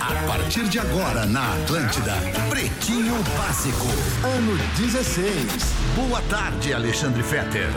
A partir de agora na Atlântida, Pretinho Básico, ano 16. Boa tarde, Alexandre Fetter.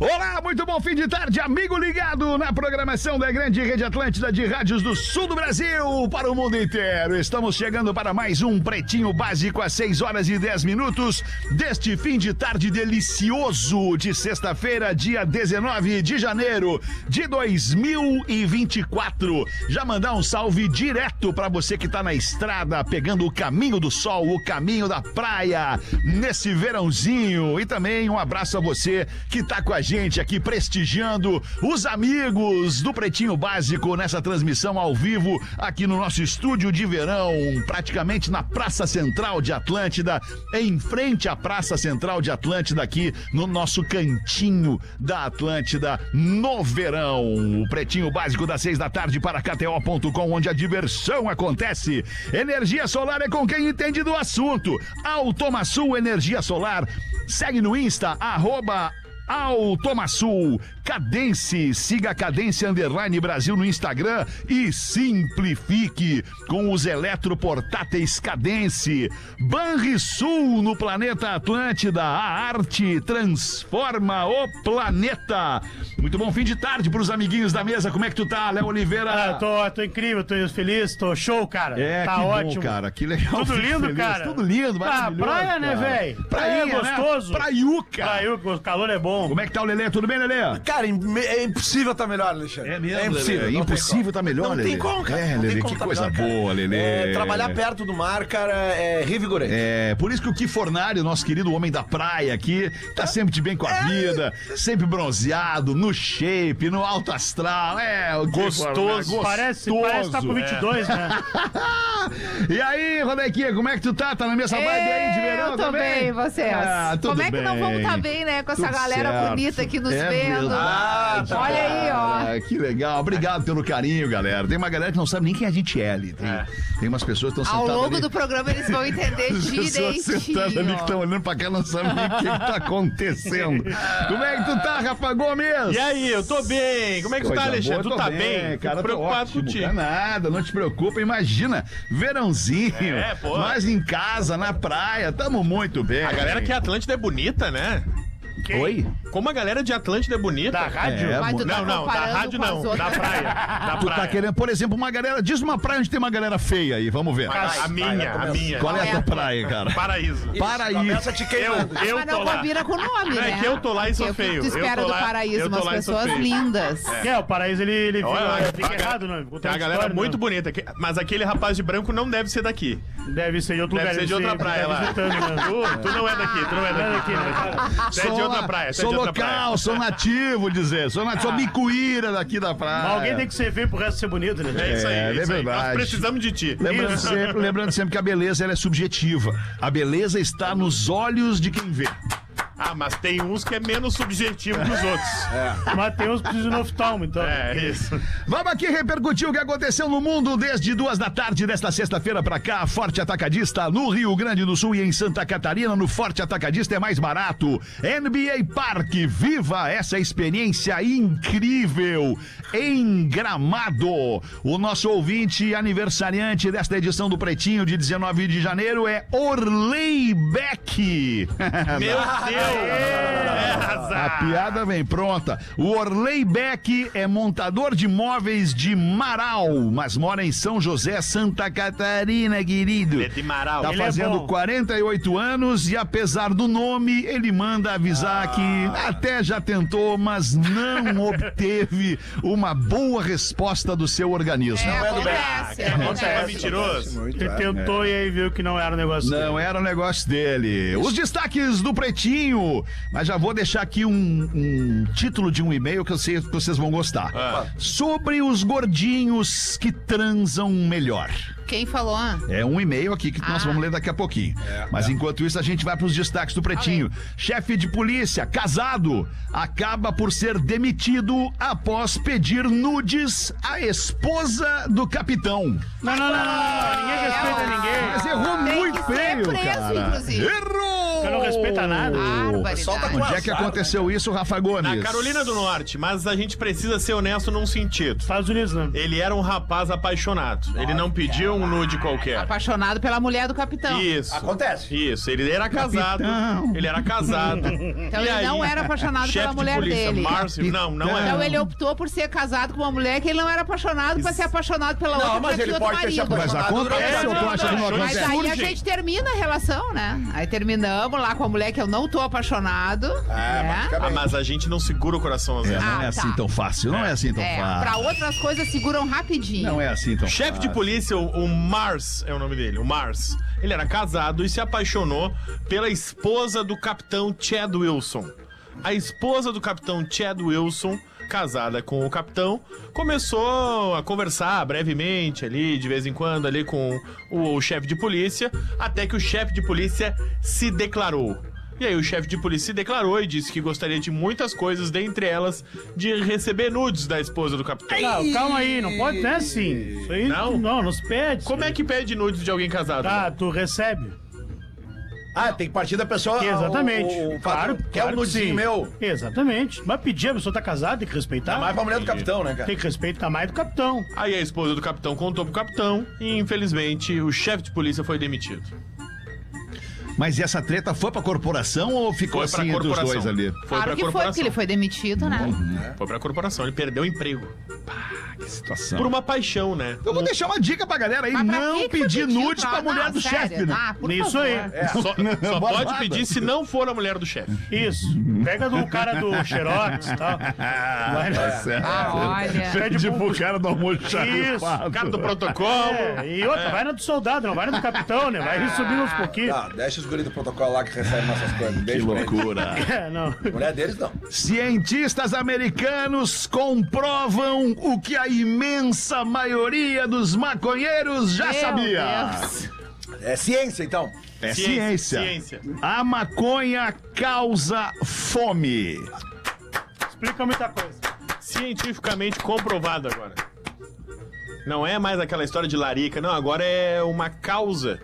Olá, muito bom fim de tarde, amigo ligado na programação da grande rede Atlântida de rádios do sul do Brasil para o mundo inteiro. Estamos chegando para mais um Pretinho Básico às 6 horas e 10 minutos deste fim de tarde delicioso de sexta-feira, dia 19 de janeiro de 2024. Já mandar um salve direto para você que está na estrada pegando o caminho do sol, o caminho da praia nesse verãozinho e também um abraço a você que está com a gente aqui prestigiando os amigos do Pretinho Básico nessa transmissão ao vivo aqui no nosso estúdio de verão, praticamente na Praça Central de Atlântida, em frente à Praça Central de Atlântida aqui no nosso cantinho da Atlântida no verão. O Pretinho Básico das seis da tarde para KTO.com, onde a diversão acontece. Energia solar é com quem entende do assunto. Automaçul Energia Solar. Segue no Insta, arroba Automaçul, Cadence, siga a Cadence Underline Brasil no Instagram e simplifique com os eletroportáteis Cadence. Banrisul no planeta Atlântida, a arte transforma o planeta. Muito bom fim de tarde para os amiguinhos da mesa, como é que tu tá, Léo Oliveira? Ah, tô, tô incrível, tô feliz, tô show, cara. É, tá que ótimo. bom, cara, que legal. Tudo Fico lindo, cara. Tudo lindo, Ah, maravilhoso. praia, né, cara. véi? Praia, Praia é gostoso. Né? Praiuca. Ah, eu, o calor é bom. Como é que tá o Lelê? Tudo bem, Lelê? Cara, im- é impossível tá melhor, Alexandre. É mesmo, impossível. Lelê? não tem Impossível como. tá melhor, Não Lelê. tem como, cara. É, não tem Lelê, como tá que coisa cara. boa, Lelê. É, trabalhar perto do mar, cara, é revigorante. É, por isso que o Kifornari, o nosso querido homem da praia aqui, tá sempre de bem com a É. vida, sempre bronzeado, no shape, no alto astral. É, o Kifornari, gostoso. É. Parece, parece que tá É. com 22, né? E aí, Rodequinha, como é que tu tá? Tá na mesma vibe aí de verão É, Eu tô também? bem, vocês. Ah, tudo Como é que não bem. vamos estar bem, né? Com essa Tudo galera certo. bonita aqui nos É vendo. Ah, verdade, Olha aí, ó. cara, Ah, Que legal. Obrigado pelo carinho, galera. Tem uma galera que não sabe nem quem a gente é ali. Tem, tem umas pessoas que estão Ao tá sentadas longo ali. do programa eles vão entender As pessoas sentadas ali que estão direitinho. olhando pra cá não sabem nem o que, que tá acontecendo. Como é que tu tá, Rafa Gomes? E aí, eu tô bem. Como é que tu Coisa tá, Alexandre? boa, tu tô tá bem? Cara, Fico tô preocupado ótimo, contigo. Tá nada, não te preocupa, imagina. Verãozinho. É, pô. Nós em casa, na praia, tamo muito bem. A galera que é Atlântida é bonita, né? Oi? Como a galera de Atlântida é bonita. Da rádio? É, Mas tu tá Não, não, da comparando rádio com as não, outras. Da praia. Da Tu tá praia. querendo, por exemplo, uma galera. Diz uma praia onde tem uma galera feia aí, vamos ver. A- a, minha, a minha. Qual é a tua praia, cara? Paraíso. Paraíso. Começa te queimando. Eu Mas tô não lá. combina com o nome, Não, né? é que eu tô lá e sou Porque feio. Tu Eu espera do tô lá- paraíso, eu tô umas lá e sou pessoas feio. lindas. É, o Paraíso ele, ele Olha lá, fica, fica a- errado, né? não. Tem uma galera muito né? bonita. que- Mas aquele rapaz de branco não deve ser daqui. Deve ser de outro Deve lugar. ser de outra praia lá. Tu, tu não é daqui, tu não é daqui. Aqui, né, cara? Tu é de outra praia, tu é sou de outra praia. local, sou nativo, dizer. Sou nativo, sou bicuíra daqui da praia. Mas É. alguém tem que ser feio pro resto ser bonito, né? É isso aí, É, é é isso aí. Nós verdade. precisamos de ti. Lembrando sempre, lembrando sempre que a beleza ela é subjetiva. A beleza está nos olhos de quem vê. Ah, mas tem uns que é menos subjetivo que os outros. É. Mas tem uns que precisam de oftalmo, então. É, isso. Vamos aqui repercutir o que aconteceu no mundo desde duas da tarde desta sexta-feira pra cá. Forte Atacadista no Rio Grande do Sul e em Santa Catarina. No Forte Atacadista é mais barato. NBA Parque, viva essa experiência incrível em Gramado. O nosso ouvinte aniversariante desta edição do Pretinho de 19 de janeiro é Orley Beck. Meu Deus! A piada vem pronta. O Orley Beck é montador de móveis de Marau, mas mora em São José, Santa Catarina, querido. É de Marau. Tá Ele é fazendo bom. 48 anos e apesar do nome, ele manda avisar que até já tentou, mas não obteve uma boa resposta do seu organismo. É, do bem. acontece. Você é acontece. mentiroso. Muito, Ele é. tentou e aí viu que não é. era o negócio. Não era o negócio dele. Os destaques do Pretinho rapidinho, mas já vou deixar aqui um, um título de um e-mail que eu sei que vocês vão gostar. Ah. Sobre os gordinhos que transam melhor. Quem falou? ah? É um e-mail aqui que nós Ah. vamos ler daqui a pouquinho. É. Mas enquanto isso, a gente vai para os destaques do Pretinho. Chefe de polícia, casado, acaba por ser demitido após pedir nudes à esposa do capitão. Não, não, não, não, não, não. Ninguém respeita Mas ninguém. errou é, Tem muito que ser feio, preso, cara. inclusive. Errou! Eu não respeita nada. tá Solta Barbaridade. Onde é que Azar, aconteceu isso, Rafa Gomes? Na Carolina do Norte, mas a gente precisa ser honesto num sentido. Estados Unidos, né? Ele era um rapaz apaixonado. ele não pediu um nude qualquer. Apaixonado pela mulher do capitão. Isso. Acontece. Isso, ele era casado. Capitão. Ele era casado. Então ele não era apaixonado pela mulher dele. Márcio, não, não é. Capitão. era. Então ele optou por ser casado com uma mulher que ele não era apaixonado pra ser apaixonado pela outra Não, pra mas ter ele outro pode ter se marido. Mas apaixonado. acontece, É, ou tu não, acha que não não, Mas acontece? achou- aí a Surgem. gente termina a relação, né? Aí terminamos lá com a mulher que eu não tô apaixonado. É, mas né? fica Ah, mas a gente não segura o coração às vezes. Não é Ah, assim tá. tão fácil, não é assim tão É, pra fácil. outras coisas seguram rapidinho. Não é assim tão Chefe de fácil. polícia, o, o Mars é o nome dele, o Mars. Ele era casado e se apaixonou pela esposa do capitão Chad Wilson. A esposa do capitão Chad Wilson, casada com o capitão, começou a conversar brevemente ali, de vez em quando, ali com o, o chefe de polícia, até que o chefe de polícia se declarou. E aí o chefe de polícia se declarou e disse que gostaria de muitas coisas, dentre elas, de receber nudes da esposa do capitão. Não, calma aí, não pode, né? Sim. Isso aí, Não? não, não, nos pede. Como é que pede nudes de alguém casado? né? Tá, tu recebe. Ah, tem que partir da pessoa. Exatamente. O, o, o padrão, claro, claro que é o sim. nudinho meu. Exatamente. Mas pedir, a pessoa tá casada, tem que respeitar. Tá mais pra mulher do capitão, né, cara? Tem que respeitar mais do capitão. Aí a esposa do capitão contou pro capitão e, infelizmente, o chefe de polícia foi demitido. Mas essa treta foi pra corporação ou ficou Foi pra assim entre os corporação. dois ali? Claro Foi pra que foi, corporação. porque ele foi demitido, né? Foi pra corporação, ele perdeu o emprego. Situação. Por uma paixão, né? Tá. um Eu vou deixar uma dica pra galera aí: Mas pra não que que foi pedir pedido nude pra mulher Não, do sério, chefe, né? Ah, por Isso favor. aí. É. Só, só Barbada. pode pedir se não for a mulher do chefe. é. Isso. Pega do cara do Xerox e tal. Vai, Tá certo. Ah, olha. Pede Tipo pro- o cara do almoço Isso, Cara do protocolo. É, e outra, vai na do soldado, não vai na do capitão, né? Vai subindo aos pouquinhos. Tá, deixa os guris do protocolo lá que recebem nossas coisas. Que Beijo pra eles. loucura. É, não. Mulher deles, não. Cientistas americanos comprovam o que a imensa maioria dos maconheiros já Meu sabia. Deus. É ciência, então. É Ciência, ciência. ciência. A maconha causa fome. Explica muita coisa. Cientificamente comprovado agora. Não é mais aquela história de larica, não. Agora é uma causa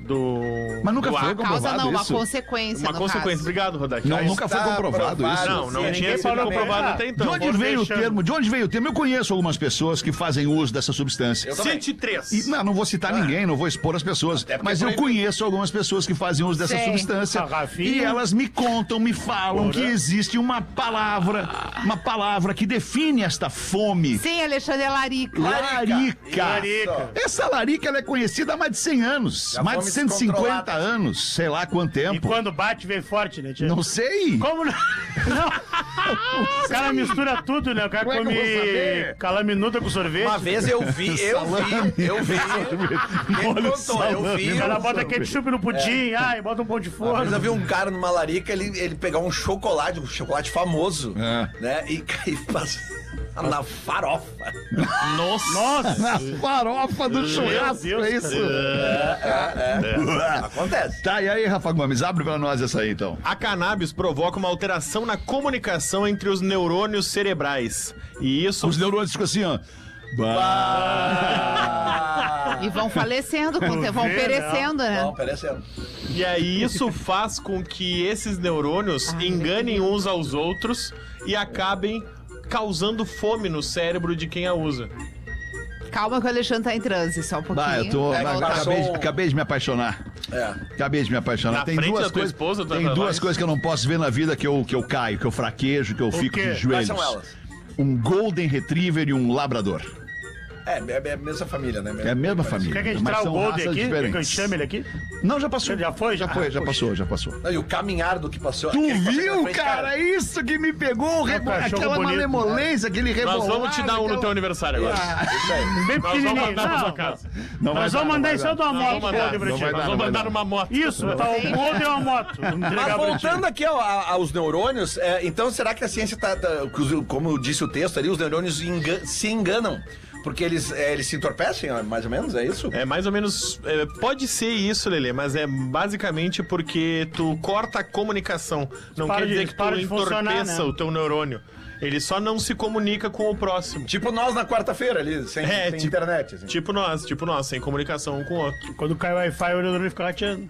do. Mas nunca do foi Causa ar. comprovado não, uma isso? consequência. é Uma é no consequência. caso. Obrigado, Rodaki. Não, nunca foi Está comprovado isso. Tá provado. é Não, não Sim, tinha ninguém sido falou comprovado nada. até Ah, De então. onde vamos veio deixando. o termo? De onde veio o termo? Eu conheço algumas pessoas que fazem uso dessa substância. Eu também. 103. E, não, não vou citar ninguém, não vou expor as pessoas, Até porque mas é eu proibido. conheço algumas pessoas que fazem uso dessa Sim. substância A Rafinha. e elas me contam, me falam que existe uma palavra, uma palavra que define esta fome. Sim, Alexandre é larica. Larica. Larica. Essa larica ela é conhecida há mais de 100 anos, É a mais fome de 150 descontrolada. anos, sei lá quanto E tempo. quando bate, vem forte, né, tia? Não sei. Como não? não. O cara mistura tudo, né? O cara Como é que eu vou come saber? calaminuta com sorvete. Uma vez eu vi, eu vi, eu vi. Quem Molho, contou? Eu vi. salame. Ela bota Uma ketchup no pudim, ai, bota um pão de vez eu forno. vi um cara numa larica, ele, ele pegar um chocolate, um chocolate famoso, É. né? E cair na farofa. Nossa. Nossa! Farofa do churrasco, Deus, é isso? Acontece. Tá, e aí, Rafa Gomes, abre pra nós essa aí, então. A cannabis provoca uma alteração na comunicação entre os neurônios cerebrais. E isso. Os neurônios ficam assim, ó. Ah. Ah, E vão falecendo, com o tempo, vão Vê, né? perecendo, né? Não, parecendo. E aí isso faz com que esses neurônios enganem uns aos outros e acabem causando fome no cérebro de quem a usa. Calma que o Alexandre tá em transe, só um pouquinho. Bah, eu tô. É, mas que passou acabei, de- um- acabei de me apaixonar. É. Acabei de me apaixonar. Na tem frente duas da tua coisas, esposa, tu tem tá duas mais? coisas que eu não posso ver na vida que eu, que eu caio, que eu fraquejo, que eu fico quê? de Quais joelhos. são elas? Um Golden Retriever e um Labrador. É, é, é a mesma família, né? É a mesma família. Quer que a gente mas traga o são Gold raças aqui? Quer que eu diferentes. chame ele aqui? Não, já passou. Ele já foi? Já Ah, foi, já puxa. passou, já passou. Não, e o caminhar do que passou. Tu aquele que passou na viu, frente, cara? É Isso que me pegou, o rebo- cachorro aquela bonito. malemolência, aquele rebolado. Nós vamos te dar um no teu aniversário Ah, agora. Isso aí. Bem Nós vamos pequenininho. mandar pra sua Não, casa. Não vai dar, Nós vamos não mandar vai em cima de uma Nós vamos é moto, mandar, Gold, pra não ti. vai dar, Nós não vamos vai mandar dar. uma moto. Isso, tá o Gold e uma moto. Vamos Mas entregar pra ti. voltando aqui ó, a- aos neurônios, é, então será que a ciência tá, tá- que os- como disse o texto ali, os neurônios engan- se enganam? Porque eles, é, eles se entorpecem, ó, mais ou menos, é isso? É mais ou menos. é, pode ser isso, Lelê, mas é basicamente porque tu corta a comunicação. Não Para quer de- dizer que tu para de funcionar, entorpeça né? o teu neurônio. Ele só não se comunica com o próximo. Tipo nós na quarta-feira ali, sem, É, sem tipo- internet. assim. Tipo nós, tipo nós, sem comunicação um com o outro. Quando cai o Wi-Fi, o neurônio fica lateando.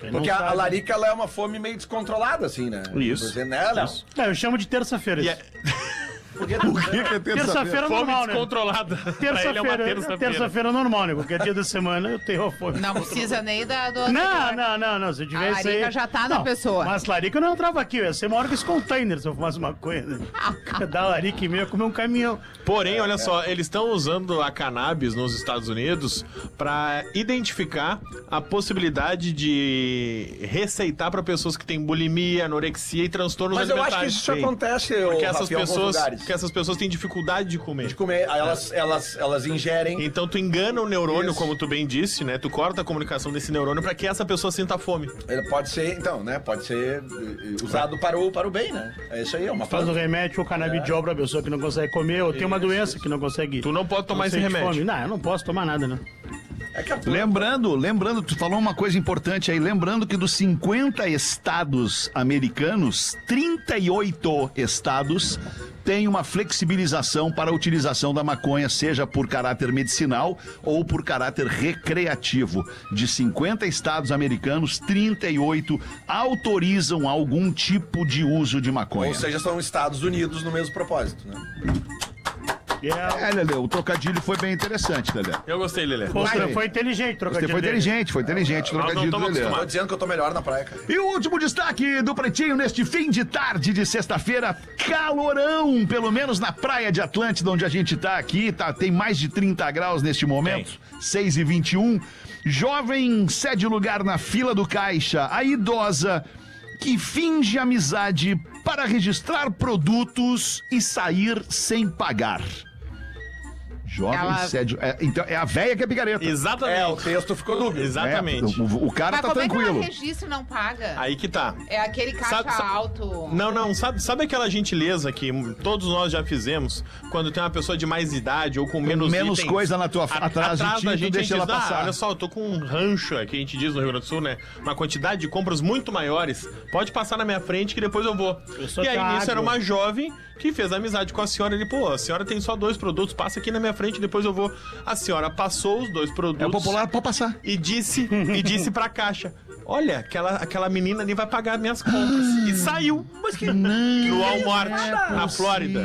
Ele Porque não a, a sabe. larica ela é uma fome meio descontrolada, assim, né? Isso. Você, né, Léo? É, eu chamo de terça-feira. E isso. é Porque- que que é Terça-feira é fome normal, né? descontrolada. Pra ele é uma Terça-feira terça-feira. terça-feira é normal, né? Qualquer dia da semana eu tenho fome. Não precisa nem da do Não, não, não, não. Se eu A tivesse larica já tá na pessoa. Mas larica eu não entrava aqui, eu ia ser maior que os containers se eu fumasse maconha. Né? Dar larica e meia comer um caminhão. Porém, olha só, eles estão usando a cannabis nos Estados Unidos para identificar a possibilidade de receitar para pessoas que têm bulimia, anorexia e transtornos Mas eu acho que alimentares. isso Sim. acontece, ô, Porque essas Rafa, em alguns pessoas, lugares. que essas É. pessoas têm dificuldade de de comer. comer, aí elas, elas, elas ingerem. Então tu engana o neurônio, Isso. como tu bem disse, né? Tu corta a comunicação desse neurônio para que essa pessoa sinta fome. Ele pode ser, então, né? Pode ser eh, eh, usado para o, para o bem, né? É isso aí, é uma Faz o planta. remédio ou canabidiol pra pessoa que não consegue comer ou tem uma doença que não consegue. Tu não pode tomar esse sente remédio. Não, eu não posso tomar nada, né? É que a planta- Lembrando, lembrando, tu falou uma coisa importante aí, lembrando que dos 50 estados americanos, 38 estados têm uma flexibilização para a utilização da maconha, seja por caráter medicinal ou por caráter recreativo. De 50 estados americanos, 38 autorizam algum tipo de uso de maconha. Ou seja, são Estados Unidos no mesmo propósito, né? E é- É, Lelê, o trocadilho foi bem interessante, Lelê. Eu gostei, Lelê. Pô, Gostei. foi inteligente Você trocadilho. foi dele. inteligente, foi inteligente, o Nós não trocadilho do estamos Lelê. acostumados. Tô dizendo que eu tô melhor na praia, cara. E o último destaque do Pretinho neste fim de tarde de sexta-feira, calorão, pelo menos na praia de Atlântida, onde a gente tá aqui, tá, tem mais de 30 graus neste momento, 6 e 21. Jovem cede lugar na fila do caixa, a idosa que finge amizade para registrar produtos e sair sem pagar. Jovem Ela- cede... É, então, é a véia que é picareta. Exatamente. É, o texto ficou dúbio. Exatamente. É, o, o cara Mas tá como é que tranquilo. ela registra e não paga? Aí que tá. É aquele caixa Sabe- sabe- alto. Não, não, sabe, sabe aquela gentileza que todos nós já fizemos quando tem uma pessoa de mais idade ou com menos menos itens? coisa na tua- A- atrás de ti, da tu gente, a deixa gente ela diz, "Ah, passar." olha só, eu tô com um rancho aqui, a gente diz no Rio Grande do Sul, né? Uma quantidade de compras muito maiores. Pode passar na minha frente que depois eu vou. Eu sou e aí gago. nisso era uma jovem que fez amizade com a senhora. Ele, pô, a senhora tem só dois produtos, passa aqui na minha frente depois eu vou. A senhora passou os dois produtos É o popular pode passar. e disse e disse pra caixa: Olha, aquela, aquela menina ali vai pagar minhas compras. E saiu. Mas que é no Walmart, na Flórida.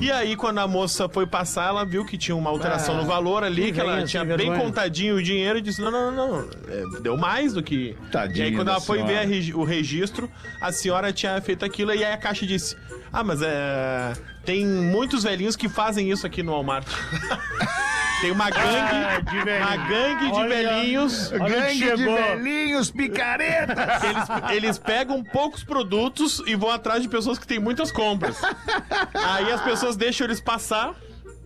E aí, quando a moça foi passar, ela viu que tinha uma alteração no valor ali, que que ela velhinha tinha Ah, sem bem vergonha. contadinho o dinheiro e disse: Não, não, não, não. É, deu mais do que. Tadinha e aí, quando da ela foi ver senhora. a regi- o registro, a senhora tinha feito aquilo e aí a caixa disse: Ah, mas é. Tem muitos velhinhos que fazem isso aqui no Walmart. Tem uma Ah, gangue, de velhinho. uma gangue de Olha. velhinhos Olha onde chegou. velhinhos picareta. que eles, eles pegam poucos produtos e vão atrás de pessoas que têm muitas compras. Aí as pessoas deixam eles passar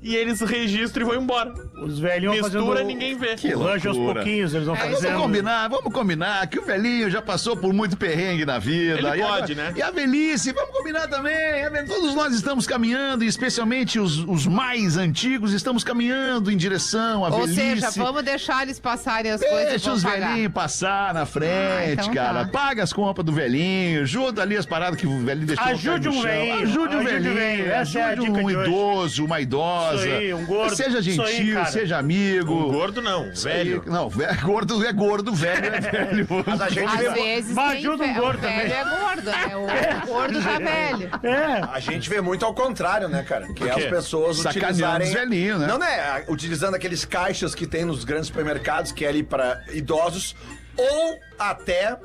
e eles registram e vão embora. Os velhinhos vão Mistura, um fazendo ninguém vê. É, o rancho aos loucura. pouquinhos, eles vão Vamos fazendo. combinar, vamos combinar que o velhinho já passou por muito perrengue na vida. e Ele pode, a, né? E a velhice, vamos combinar também. A ve- Todos nós estamos caminhando, e especialmente os, os mais antigos, estamos caminhando em direção à Ou velhice. seja, vamos deixar eles passarem as coisas e Deixa vão os pagar. velhinhos passar na frente, Ah, então cara. tá. Paga as compras do velhinho, ajuda ali as paradas que o velhinho deixou cair Ajude no um chão. velhinho, Ajude um ajude o velhinho, velhinho. Essa é a ajude dica um de hoje. idoso, uma idosa. Isso aí, um gordo. Seja Isso aí, gentil, cara. seja Um amigo. Gordo não, velho. E- Não, velho, gordo é gordo, velho é velho. Mas a gente, Às vê, vezes Mas tem ajuda um ve- gordo o velho é gordo, né? O gordo tá velho. É, a gente vê muito ao contrário, né, cara? Que é as pessoas Sacaneando utilizarem... os velhinhos, né? Não, né? Utilizando aqueles caixas que tem nos grandes supermercados, que é ali para idosos, ou até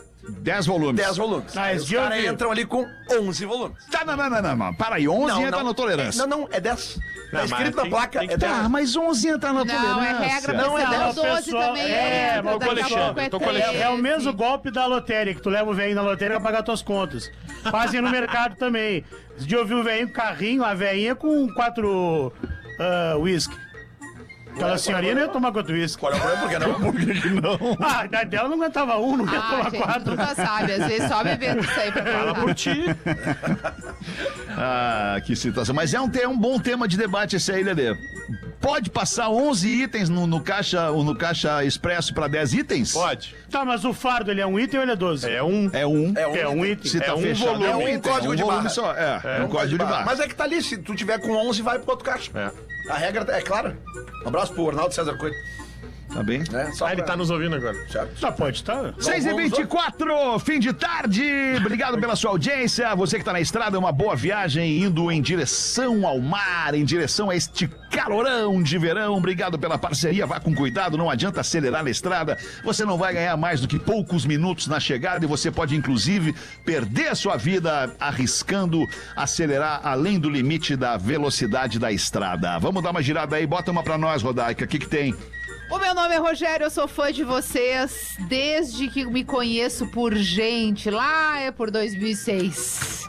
10 volumes. 10 volumes. Ah, Aí esse os dia eu caras vi. entram ali com 11 volumes. Tá, não, não, não, não, não. Para aí, 11 entra tá na tolerância. Não, não, é 10. Não, Tá mas escrito na tem- placa, tem que é 10. dar. Tá, mas 11 entra na Não, é tolerância. regra, Não, é pessoal. dela, 12 pessoal. também É, entra, mas eu tô daqui a Alexandre, pouco tô com o 13. Alexandre. É o mesmo golpe da loteria, que tu leva o velhinho na loteria pra pagar tuas contas. Fazem no mercado também. Esse dia eu vi o velhinho com carrinho, a velhinha com quatro ah, whisky. Aquela senhorinha não ia tomar quatro whisky. Qual é o problema? Porque não. Ah, a idade dela não aguentava um, não ia Ah, tomar gente, quatro. nunca sabe. Às vezes só bebendo isso aí pra Fala falar. por ti. Ah, que situação. Mas é um, te- é um bom tema de debate esse aí, Lelê. Pode passar 11 itens no, no caixa ou no caixa expresso pra 10 itens? Pode. Tá, mas o fardo, ele é um item ou ele é doze? É um. É um. É um, É um item. Se tá é um fechado, volume, é um, é um item, código é um de barra. volume só. É, é um código de barra. Mas é que tá ali, se tu tiver com 11, vai pro outro caixa. A regra é clara. Um abraço pro Arnaldo César Coelho. Tá bem? Né? Só Ah, ele pra- tá nos ouvindo agora. Só Tá, pode estar. 6 e 24 fim de tarde. Obrigado pela sua audiência. Você que está na estrada, uma boa viagem indo em direção ao mar, em direção a este calorão de verão. Obrigado pela parceria. Vá com cuidado, não adianta acelerar na estrada. Você não vai ganhar mais do que poucos minutos na chegada e você pode, inclusive, perder a sua vida arriscando acelerar além do limite da velocidade da estrada. Vamos dar uma girada aí, bota uma pra nós, Rodaica. O que, que tem? O meu nome é Rogério, eu sou fã de vocês desde que me conheço por gente, lá é por 2006.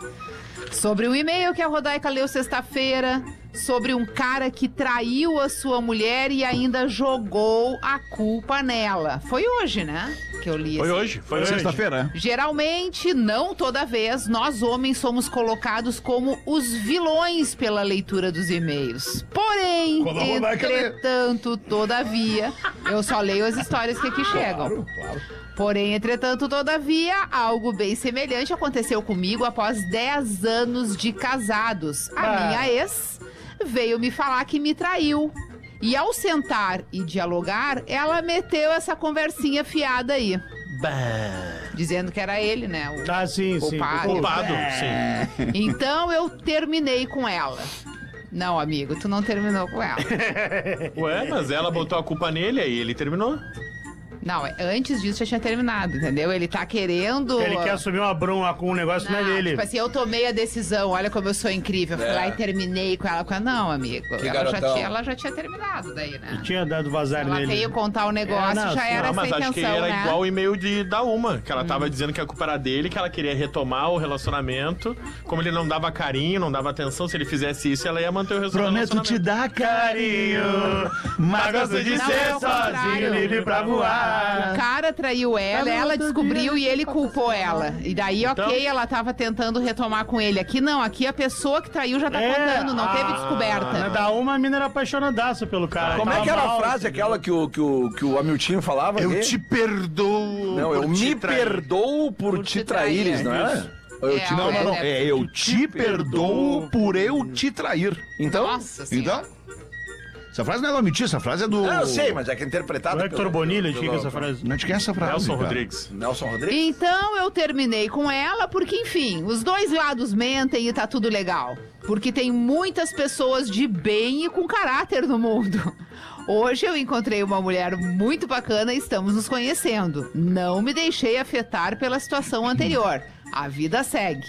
Sobre o e-mail que a Rodaica leu sexta-feira, sobre um cara que traiu a sua mulher e ainda jogou a culpa nela. Foi hoje, né? Que eu li Foi esse hoje. Foi hoje. Sexta-feira, né? Geralmente, não toda vez, nós homens somos colocados como os vilões pela leitura dos e-mails. Porém, Quando a Rodaica lê. entretanto, todavia, eu só leio as histórias que aqui chegam. Porém, entretanto, todavia, algo bem semelhante aconteceu comigo após 10 anos de casados. A Ah. minha ex veio me falar que me traiu. E ao sentar e dialogar, ela meteu essa conversinha fiada aí. Dizendo que era ele, né? O- Ah, sim, sim. Culpado. Culpado, É. sim. Então eu terminei com ela. Não, amigo, tu não terminou com ela. Ué, mas ela botou a culpa nele, aí ele terminou. Não, é- antes disso já tinha terminado, entendeu? Ele tá querendo. Ele quer assumir uma bronca com um negócio que não é Ah, dele. Tipo assim, eu tomei a decisão, olha como eu sou incrível. Eu Fui É. lá e terminei com ela. Com ela. Não, amigo. Que ela, já garotão. tinha, ela já tinha terminado daí, né? Tinha dado vazar Ela nele. veio contar o negócio, É, não, já sim, era Ah, mas sem acho intenção, que era né? Hum. igual o e-mail de da uma, que ela tava dizendo que a culpa era dele, que ela queria retomar o relacionamento. Como ele não dava carinho, não dava atenção, se ele fizesse isso, ela ia manter o relacionamento. Prometo te dar carinho, mas gosto de Não, ser é o contrário. sozinho, livre pra voar. O cara traiu ela, Ela ela não descobriu e sabia ele que culpou aconteceu. ela. E daí, ok, ela tava tentando retomar com ele. Aqui não, aqui a pessoa que traiu já tá É, contando, não ah, teve descoberta. Né, Da uma, a mina era apaixonadaça pelo cara. Como é Tava que era a Tá mal. frase aquela que o, que o, que o Hamiltinho falava? Eu aqui? te perdoo. Não, por eu te me trair. perdoo por, Por te te traíres, trair. não é? Eu É, te- Não, é, não, né? é eu te perdoo por eu te trair. Então? Nossa Então? senhora. Essa frase não é do Amiti, essa frase é do. Ah, eu sei, mas é que é interpretado. O Hector pelo- Bonilha pelo- tinha é essa frase. Não te quer essa frase. Nelson cara. Rodrigues. Nelson Rodrigues? Então eu terminei com ela porque, enfim, os dois lados mentem e tá tudo legal. Porque tem muitas pessoas de bem e com caráter no mundo. Hoje eu encontrei uma mulher muito bacana e estamos nos conhecendo. Não me deixei afetar pela situação anterior. A vida segue.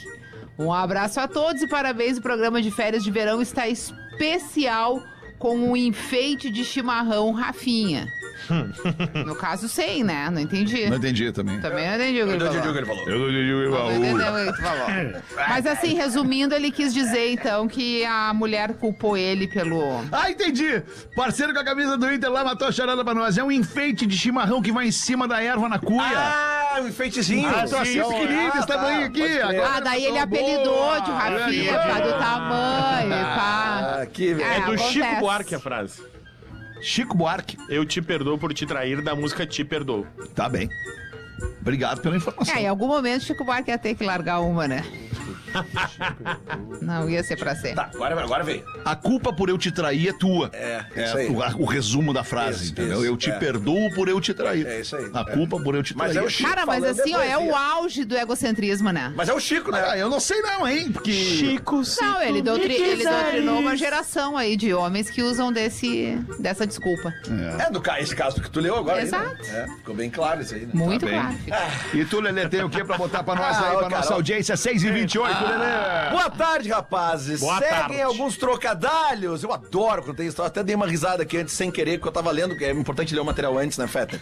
Um abraço a todos e parabéns. O programa de férias de verão está especial com um enfeite de chimarrão Rafinha. No caso, sem, né? Não entendi. Não entendi também. Também não entendi o que Eu ele entendi o que falou. ele falou. Eu não entendi o Não baú. entendi o que ele falou. Mas assim, resumindo, ele quis dizer então que a mulher culpou ele pelo. Ah, entendi! Parceiro com a camisa do Inter lá matou a charada pra nós. É um enfeite de chimarrão que vai em cima da erva na cuia. Ah, um enfeitezinho. Ah, trocinho sim. pequenininho, desse tá, tamanho aqui, pode crer. agora- Tá Ah, daí ele apelidou de Rafinha, Ah, pá, do tamanho, pá. Ah, que É velho. do acontece. Chico Buarque a frase. Chico Buarque. Eu te perdoo por te trair da música Te Perdoo. Tá bem. Obrigado pela informação. É, em algum momento Chico Buarque ia ter que largar uma, né? Não ia ser pra ser. Tá, agora, agora vem. A culpa por eu te trair é tua. É, é Essa isso aí. o, a- o resumo da frase, Isso, entendeu? isso, eu te é. perdoo por eu te trair. É isso aí, A é. culpa por eu te Mas trair. é o Chico. Cara, mas falando assim, ó, é o poesia. auge do egocentrismo, né? Mas é o Chico, né? Ah, eu não sei não, hein? Porque Chico, se Não, é ele, tu doutri- me ele quiseres. doutrinou uma geração aí de homens que usam desse, dessa desculpa. É, no ca- esse caso que tu leu agora. aí, né? Exato. É, ficou bem claro isso aí, né? Muito bem. claro. fica. E tu, Lelê, tem o que pra botar pra nós Ah, aí, ô, pra nossa Carol. audiência? 6 e 28 Lelê! Boa tarde, rapazes. Boa Seguem tarde. alguns trocadalhos. Eu adoro quando tem história. Até dei uma risada aqui antes sem querer, porque eu tava lendo, que é importante ler o material antes, né, Feta?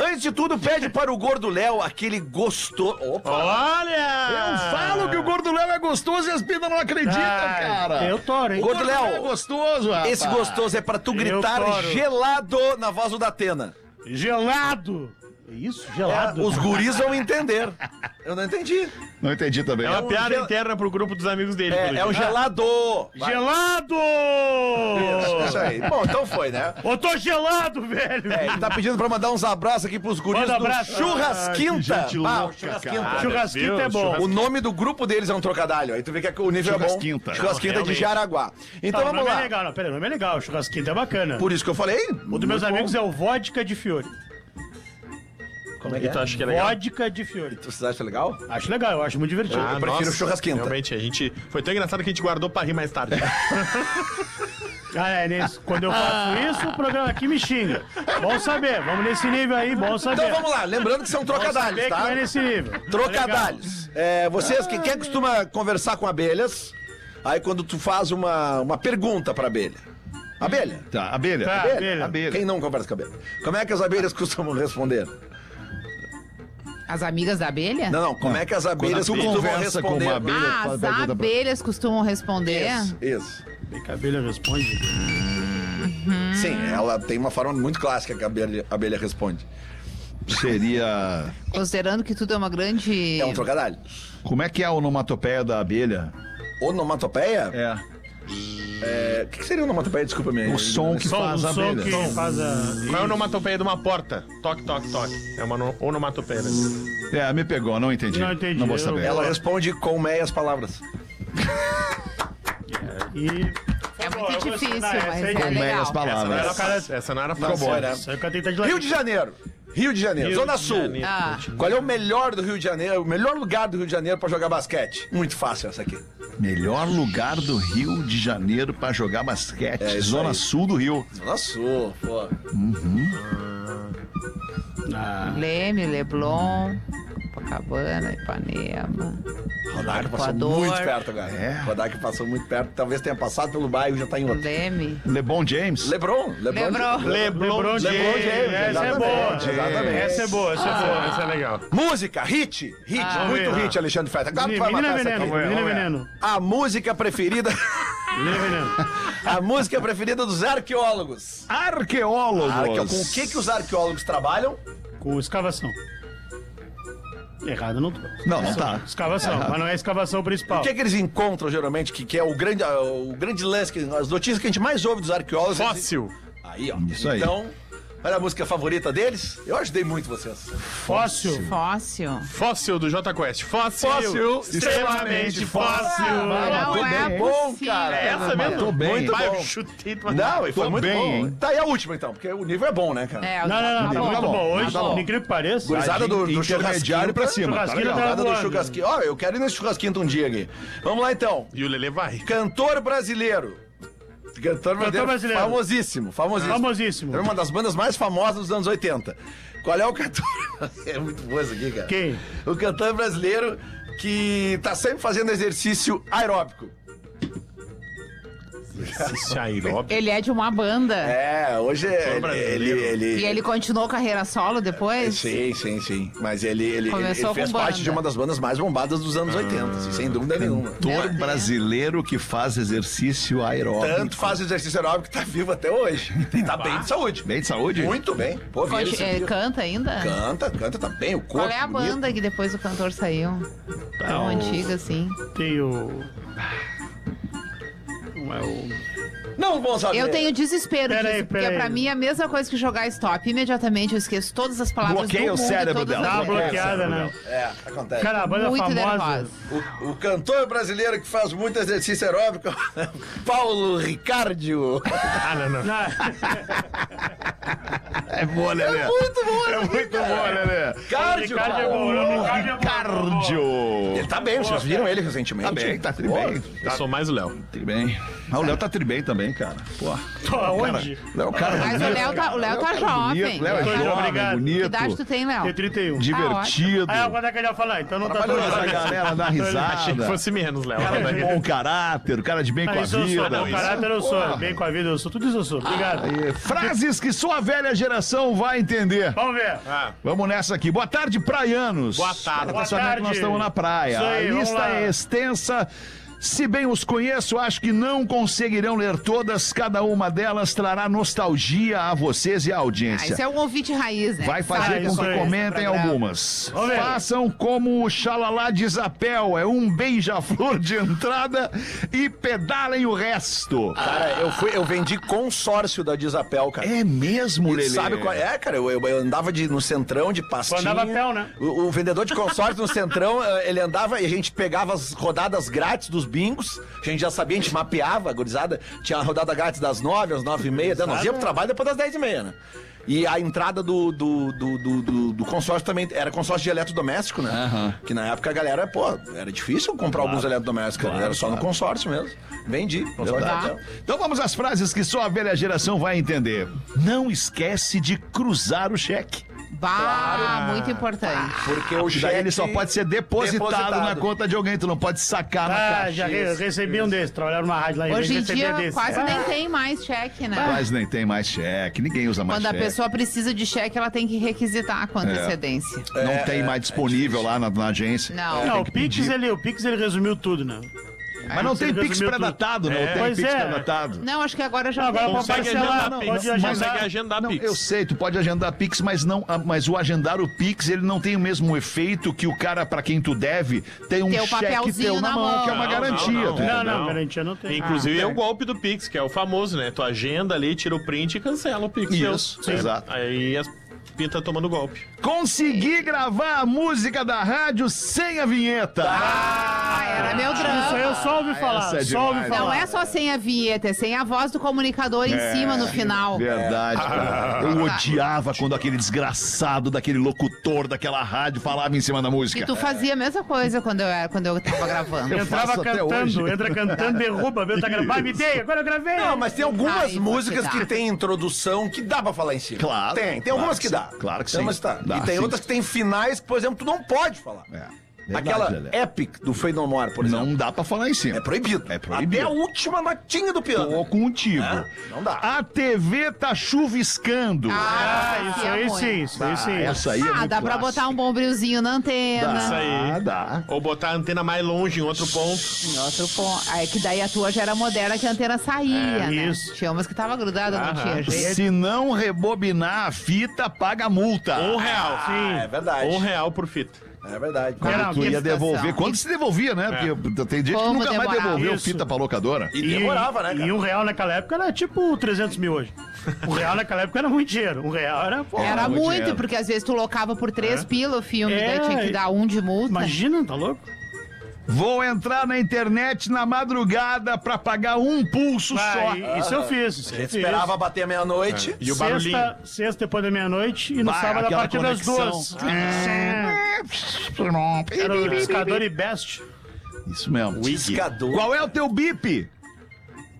Antes de tudo, pede para o Gordo Léo aquele gostou. Opa! Olha! Eu falo que o Gordo Léo é gostoso e as pidas não acreditam, Ah, cara! Eu toro, hein? O Gordo Léo é gostoso, rapaz! Esse gostoso é para tu gritar toro. gelado na voz do Datena. Gelado! É Isso, É, gelado. os guris vão entender. Eu não entendi. Não entendi também. É uma piada gel- interna pro grupo dos amigos dele. É, pelo é um jeito. gelado. Vai. Gelado! Isso aí. Bom, então foi, né? Eu tô gelado, velho! É, ele tá pedindo pra mandar uns abraços aqui pros guris Manda do abraço. Ah, que Churrasquinta. gente Ah, o louca, Churrasquinta. cara. Churrasquinho Meu é bom. Deus, O nome do grupo deles é um trocadalho. Aí tu vê que o nível Churrasquinta. é bom. Churrasquinta Não, de realmente. Jaraguá. Então Não, o vamos nome lá. é legal, não, pera, o nome é legal, o churrasquinho é bacana. Por isso que eu falei. O dos meus amigos é o Vodka de Fiore. Como é que tu acha que é legal? Vodka de Fiore. Vocês acham legal? Acho legal, eu acho muito divertido. eu prefiro nossa, churrasquenta. Realmente, a gente. Foi tão engraçado que a gente guardou pra rir mais tarde. Ah, é, nesse- quando eu faço isso, o programa aqui me xinga. Bom saber, vamos nesse nível aí, bom saber. Então vamos lá. Lembrando que são trocadalhos, Vê é. que tá? vai nesse nível. Tá Trocadalhos. É, vocês, que, quem costuma conversar com abelhas, aí quando tu faz uma, uma pergunta pra abelha. Abelha. Tá, abelha. Tá, abelha. abelha. abelha. Quem não conversa com abelha? Como é que as abelhas costumam responder? As amigas da abelha? Não, não. Como é que as abelhas tu costumam conversa com responder? uma abelha- Ah, as pergunta pra- abelhas costumam responder. Isso, isso. Bem que a abelha responde. Sim, ela tem uma forma muito clássica que a abelha, a abelha responde. Seria. Considerando que tudo é uma grande. É um trocadalho. Como é que é a onomatopeia da abelha? Onomatopeia? É. É, O que, que seria onomatopeia? Desculpa, minha. O som que Som, faz o a som abelha. que faz a... Qual é a onomatopeia de uma porta? Toque, toque, toque. É uma no- onomatopeia. né? É, me pegou, não entendi. Não entendi, vou eu- saber. Ela responde com meias palavras. E... É Pô, eu muito gostei. difícil, Não, essa mas aí é eu- Com meias legal. Essa não era palavras. fácil. Essa não era Nossa, fácil. era- Isso aí que eu tentei de Rio de Janeiro. Rio de Janeiro, Rio Zona de Sul. Janeiro. Ah, Qual é o melhor do Rio de Janeiro, o melhor lugar do Rio de Janeiro pra jogar basquete? Muito fácil essa aqui. Melhor lugar do Rio de Janeiro pra jogar basquete. É, isso Zona aí. Sul do Rio. Zona Sul, pô. Leme, Leblon, Copacabana, Ipanema. Rodak passou Equador. muito perto agora. É. Rodak passou muito perto. Talvez tenha passado pelo bairro e já tá em outro. Leme. LeBron James. Lebron. Lebron. Lebron. Leblon LeBron James. James, Essa é exatamente, boa. exatamente. Ah. Essa é boa, essa é boa. Essa é legal. Música, hit. Hit. muito Ah. hit, Alexandre Feta. Claro que tu vai Menina matar essa Veneno, aqui. Menina Veneno. A música preferida... Menina Veneno. A música preferida dos arqueólogos. Ah, Arqueólogos. Arque- Com o que, que os arqueólogos trabalham? Com escavação. Errado não tô. Não, não tá. Escavação, mas não é a escavação principal. O que, que eles encontram geralmente? Que, que é o grande, ah, o grande lance, que- as notícias que a gente mais ouve dos arqueólogos. Fóssil. Aí, ó. Isso aí. Então, olha a música favorita deles. Eu ajudei muito vocês. Fóssil. Fóssil. Fóssil do Jota Quest. Fóssil. Fóssil. Extremamente fóssil. Não Matou é bem. possível. Bom, cara. É essa Matou mesmo? bem. Muito Vai, bom. eu chutei Não, e foi Tô muito bem, bom. hein? Tá, e a última então, porque o nível é bom, né, cara? É, Não, não, não, tá tá bom. muito bom. bom, Hoje, tá bom. por incrível que pareça, Gurizada do, do intermediário churrasquinho. pra cima. Tá Churrasqueiro legal. tá- Gurizada do voando. churrasquinho. Ó, eu quero ir nesse churrasquinho um dia aqui. Vamos lá então. E o Lele vai. Cantor brasileiro. Cantor brasileiro. brasileiro. Famosíssimo, famosíssimo. Famosíssimo. Era uma das bandas mais famosas dos anos 80. Qual é o cantor? é muito bom isso aqui, cara. Quem? O cantor brasileiro que tá sempre fazendo exercício aeróbico. Esse aeróbico. Ele é de uma banda. É, hoje é. Cantor Ele, brasileiro. ele, É, E ele continuou carreira solo depois? Sim, sim, sim. Mas ele, ele, ele, Começou ele fez com parte banda. de uma das bandas mais bombadas dos anos 80, assim, sem dúvida nenhuma. Ator brasileiro que faz exercício aeróbico. Tanto faz exercício aeróbico que tá vivo até hoje. E tá bem de saúde. Bem de saúde? Muito bem. Pô, vi Conti- isso é, aqui. canta ainda? Canta, canta, tá bem, o corpo. Qual é a bonito. banda que depois o cantor saiu? Tão antiga assim. tem o. Não é o. Não vão saber. Eu tenho desespero Peraí, disso, porque peraí. pra mim é a mesma coisa que jogar stop. Imediatamente eu esqueço todas as palavras Bloqueia do o mundo, cérebro todas dela. Tá as letras. bloqueada, né? É, acontece. Cara, a banda Muito famosa. nervosa. O, o cantor brasileiro que faz muito exercício aeróbico, Paulo Ricardio. Ah, não, não. Na- É boa, Lelê. Muito bom, É muito boa, Lelê. Cardio, Ricardo é bom, não, Ricardo é bom. Cardio. Ele tá bem, vocês viram ele recentemente? Tá bem, tá tri bem. Eu sou mais o Léo. Tri bem. Ah, o Léo tá tri bem também, cara. Pô. Tô aonde? Léo, é um cara. Mas o bonito, Léo tá, o Léo tá cara jovem. bonito, Léo é Muito jovem, obrigado. Que idade tu bonito, tem, Léo? Tem 31. divertido. Ah, Aí agora é que ele ia falar, então não tá tão Trabalhou essa galera dá Achei que risada. fosse menos, Léo. Cara de bom caráter, cara é de bem com a é Mas eu sou, vida. meu um caráter eu sou, bem com a vida eu sou, tudo isso eu sou, obrigado. É, Frases que só a velha geração vai entender. Vamos ver. Ah, Vamos nessa aqui. Boa tarde, praianos. Boa tarde. Pra saber Boa que tarde. Nós estamos na praia. Isso aí, a vamos lista lá. é extensa. Se bem os conheço, acho que não conseguirão ler todas. Cada uma delas trará nostalgia a vocês e à Ah, audiência. isso é um ouvinte raiz, né? Vai fazer Ah, com isso que aí, comentem esse programa. algumas. Vamos ver. Façam como o xalalá de Isapel. É um beija-flor de entrada e pedalem o resto. Cara, eu, fui, eu vendi consórcio da Disapel, cara. É mesmo, E Lelê? Sabe qual é, cara? Eu, eu andava de, no centrão de pastinha. Andava a pé, né? O, o vendedor de consórcio no centrão, eh, ele andava e a gente pegava as rodadas grátis dos bingos. A gente já sabia, a gente mapeava, gurizada. Tinha a rodada grátis das 9 às 9 e meia. Daí Nós ia pro trabalho depois das 10 e meia, né? E a entrada do, do, do, do, do- do consórcio também era consórcio de eletrodoméstico, né? Que na época a galera, pô, era difícil comprar alguns eletrodomésticos, né? era só no consórcio mesmo. Vendi, consórcio da Verdade. Isabel. Então vamos às frases que só a velha geração vai entender. Não esquece de cruzar o cheque. Bah, muito importante. Porque o Daí ele só pode ser depositado, na Depositado. conta de alguém, tu não pode sacar na Ah, caixa. já re- recebi um desses, trabalhava numa rádio lá Hoje em dia desse. quase Ah, nem tem mais cheque, né? Mas nem tem mais cheque, ninguém usa mais Quando a cheque. pessoa precisa de cheque, ela tem que requisitar com antecedência. Não tem mais disponível lá na, na agência. Não. Ah, Não, tem o que Pix, pedir. ele, o Pix ele resumiu tudo, né? Mas não Você tem Pix resumiu tudo. pré-datado, não É. tem Pois Pix é. pré-datado. Não, acho que agora já Agora tem. pode consegue parcelar, agendar não, Pix. pode Consegue agendar. agendar Não, Pix. eu sei, tu pode agendar Pix, mas não, ah, mas o agendar o Pix, ele não tem o mesmo efeito que o cara pra quem tu deve tem um Tem o cheque papelzinho teu na na mão, mão. que é uma Não, garantia. não, não. tu Não, entendeu? não, garantia não tem. Inclusive é o golpe do Pix, que é o famoso, né? Tu agenda ali, tira o print e cancela o Pix. teu. Isso, Sim. exato. Aí as pinta tomando golpe. Consegui gravar a música da rádio sem a vinheta. Ah, era meu Isso aí drama. eu só ouvi falar, essa é só ouvi demais. falar. Não é só sem a vinheta, é sem a voz do comunicador em cima no final. Verdade, cara. Eu odiava quando aquele desgraçado daquele locutor daquela rádio falava em cima da música. E tu fazia a mesma coisa quando eu, era, quando eu tava gravando. Eu faço Entrava até hoje. cantando, entra cantando, derruba, meu, tá gravando. Vai, me dei, agora eu gravei. Não, mas tem algumas Ai, músicas dá. que tem introdução que dá pra falar em cima. Claro, Tem, tem claro algumas que que sim, dá. claro que Tem sim. umas que dá. Dá, e tem sim. outras que tem finais que, por exemplo, tu não pode falar. É, verdade, Aquela Lelé. Epic do Fade No More, por exemplo. Não dá pra falar em cima. É proibido. É proibido. Até a última notinha do piano. Tô contigo. É, não dá. um A TV tá chuviscando. Ah, eu isso fazia aí muito. sim, isso aí sim. Essa aí é Ah, muito dá pra clássica. botar um bombrilzinho na Isso antena. aí. Ah, dá. Ou botar a antena mais longe em outro ponto. Em outro ponto. Ah, É que daí a tua já era moderna que a antena saía, né? É, isso. Tinha umas que tava grudada, não Aham. tinha jeito. Se não rebobinar a fita, paga a multa. Um real. Ah, é verdade. Um real por fita. É verdade. Era Quando tu ia licitação. devolver. Quando se devolvia, né? Porque tem gente que Como nunca mais demorava. devolveu Isso. fita pra locadora. E demorava, né, cara? E um real naquela época era tipo 300 mil hoje. Um real naquela época era muito dinheiro. Um real era, pô. Era muito muito, dinheiro. porque às vezes tu locava por três pila o filme, daí É, tinha que dar um de multa. Imagina, tá louco? Vou entrar na internet na madrugada pra pagar um pulso só. Vai, isso eu fiz. Isso ah, A eu gente fiz. esperava bater meia-noite. É. E o barulhinho. Sexta, sexta depois da meia-noite e no Vai, sábado a aquela partir das conexão. duas. Ah. Era o pescador e best. Isso mesmo. Discador. Qual é o teu bip?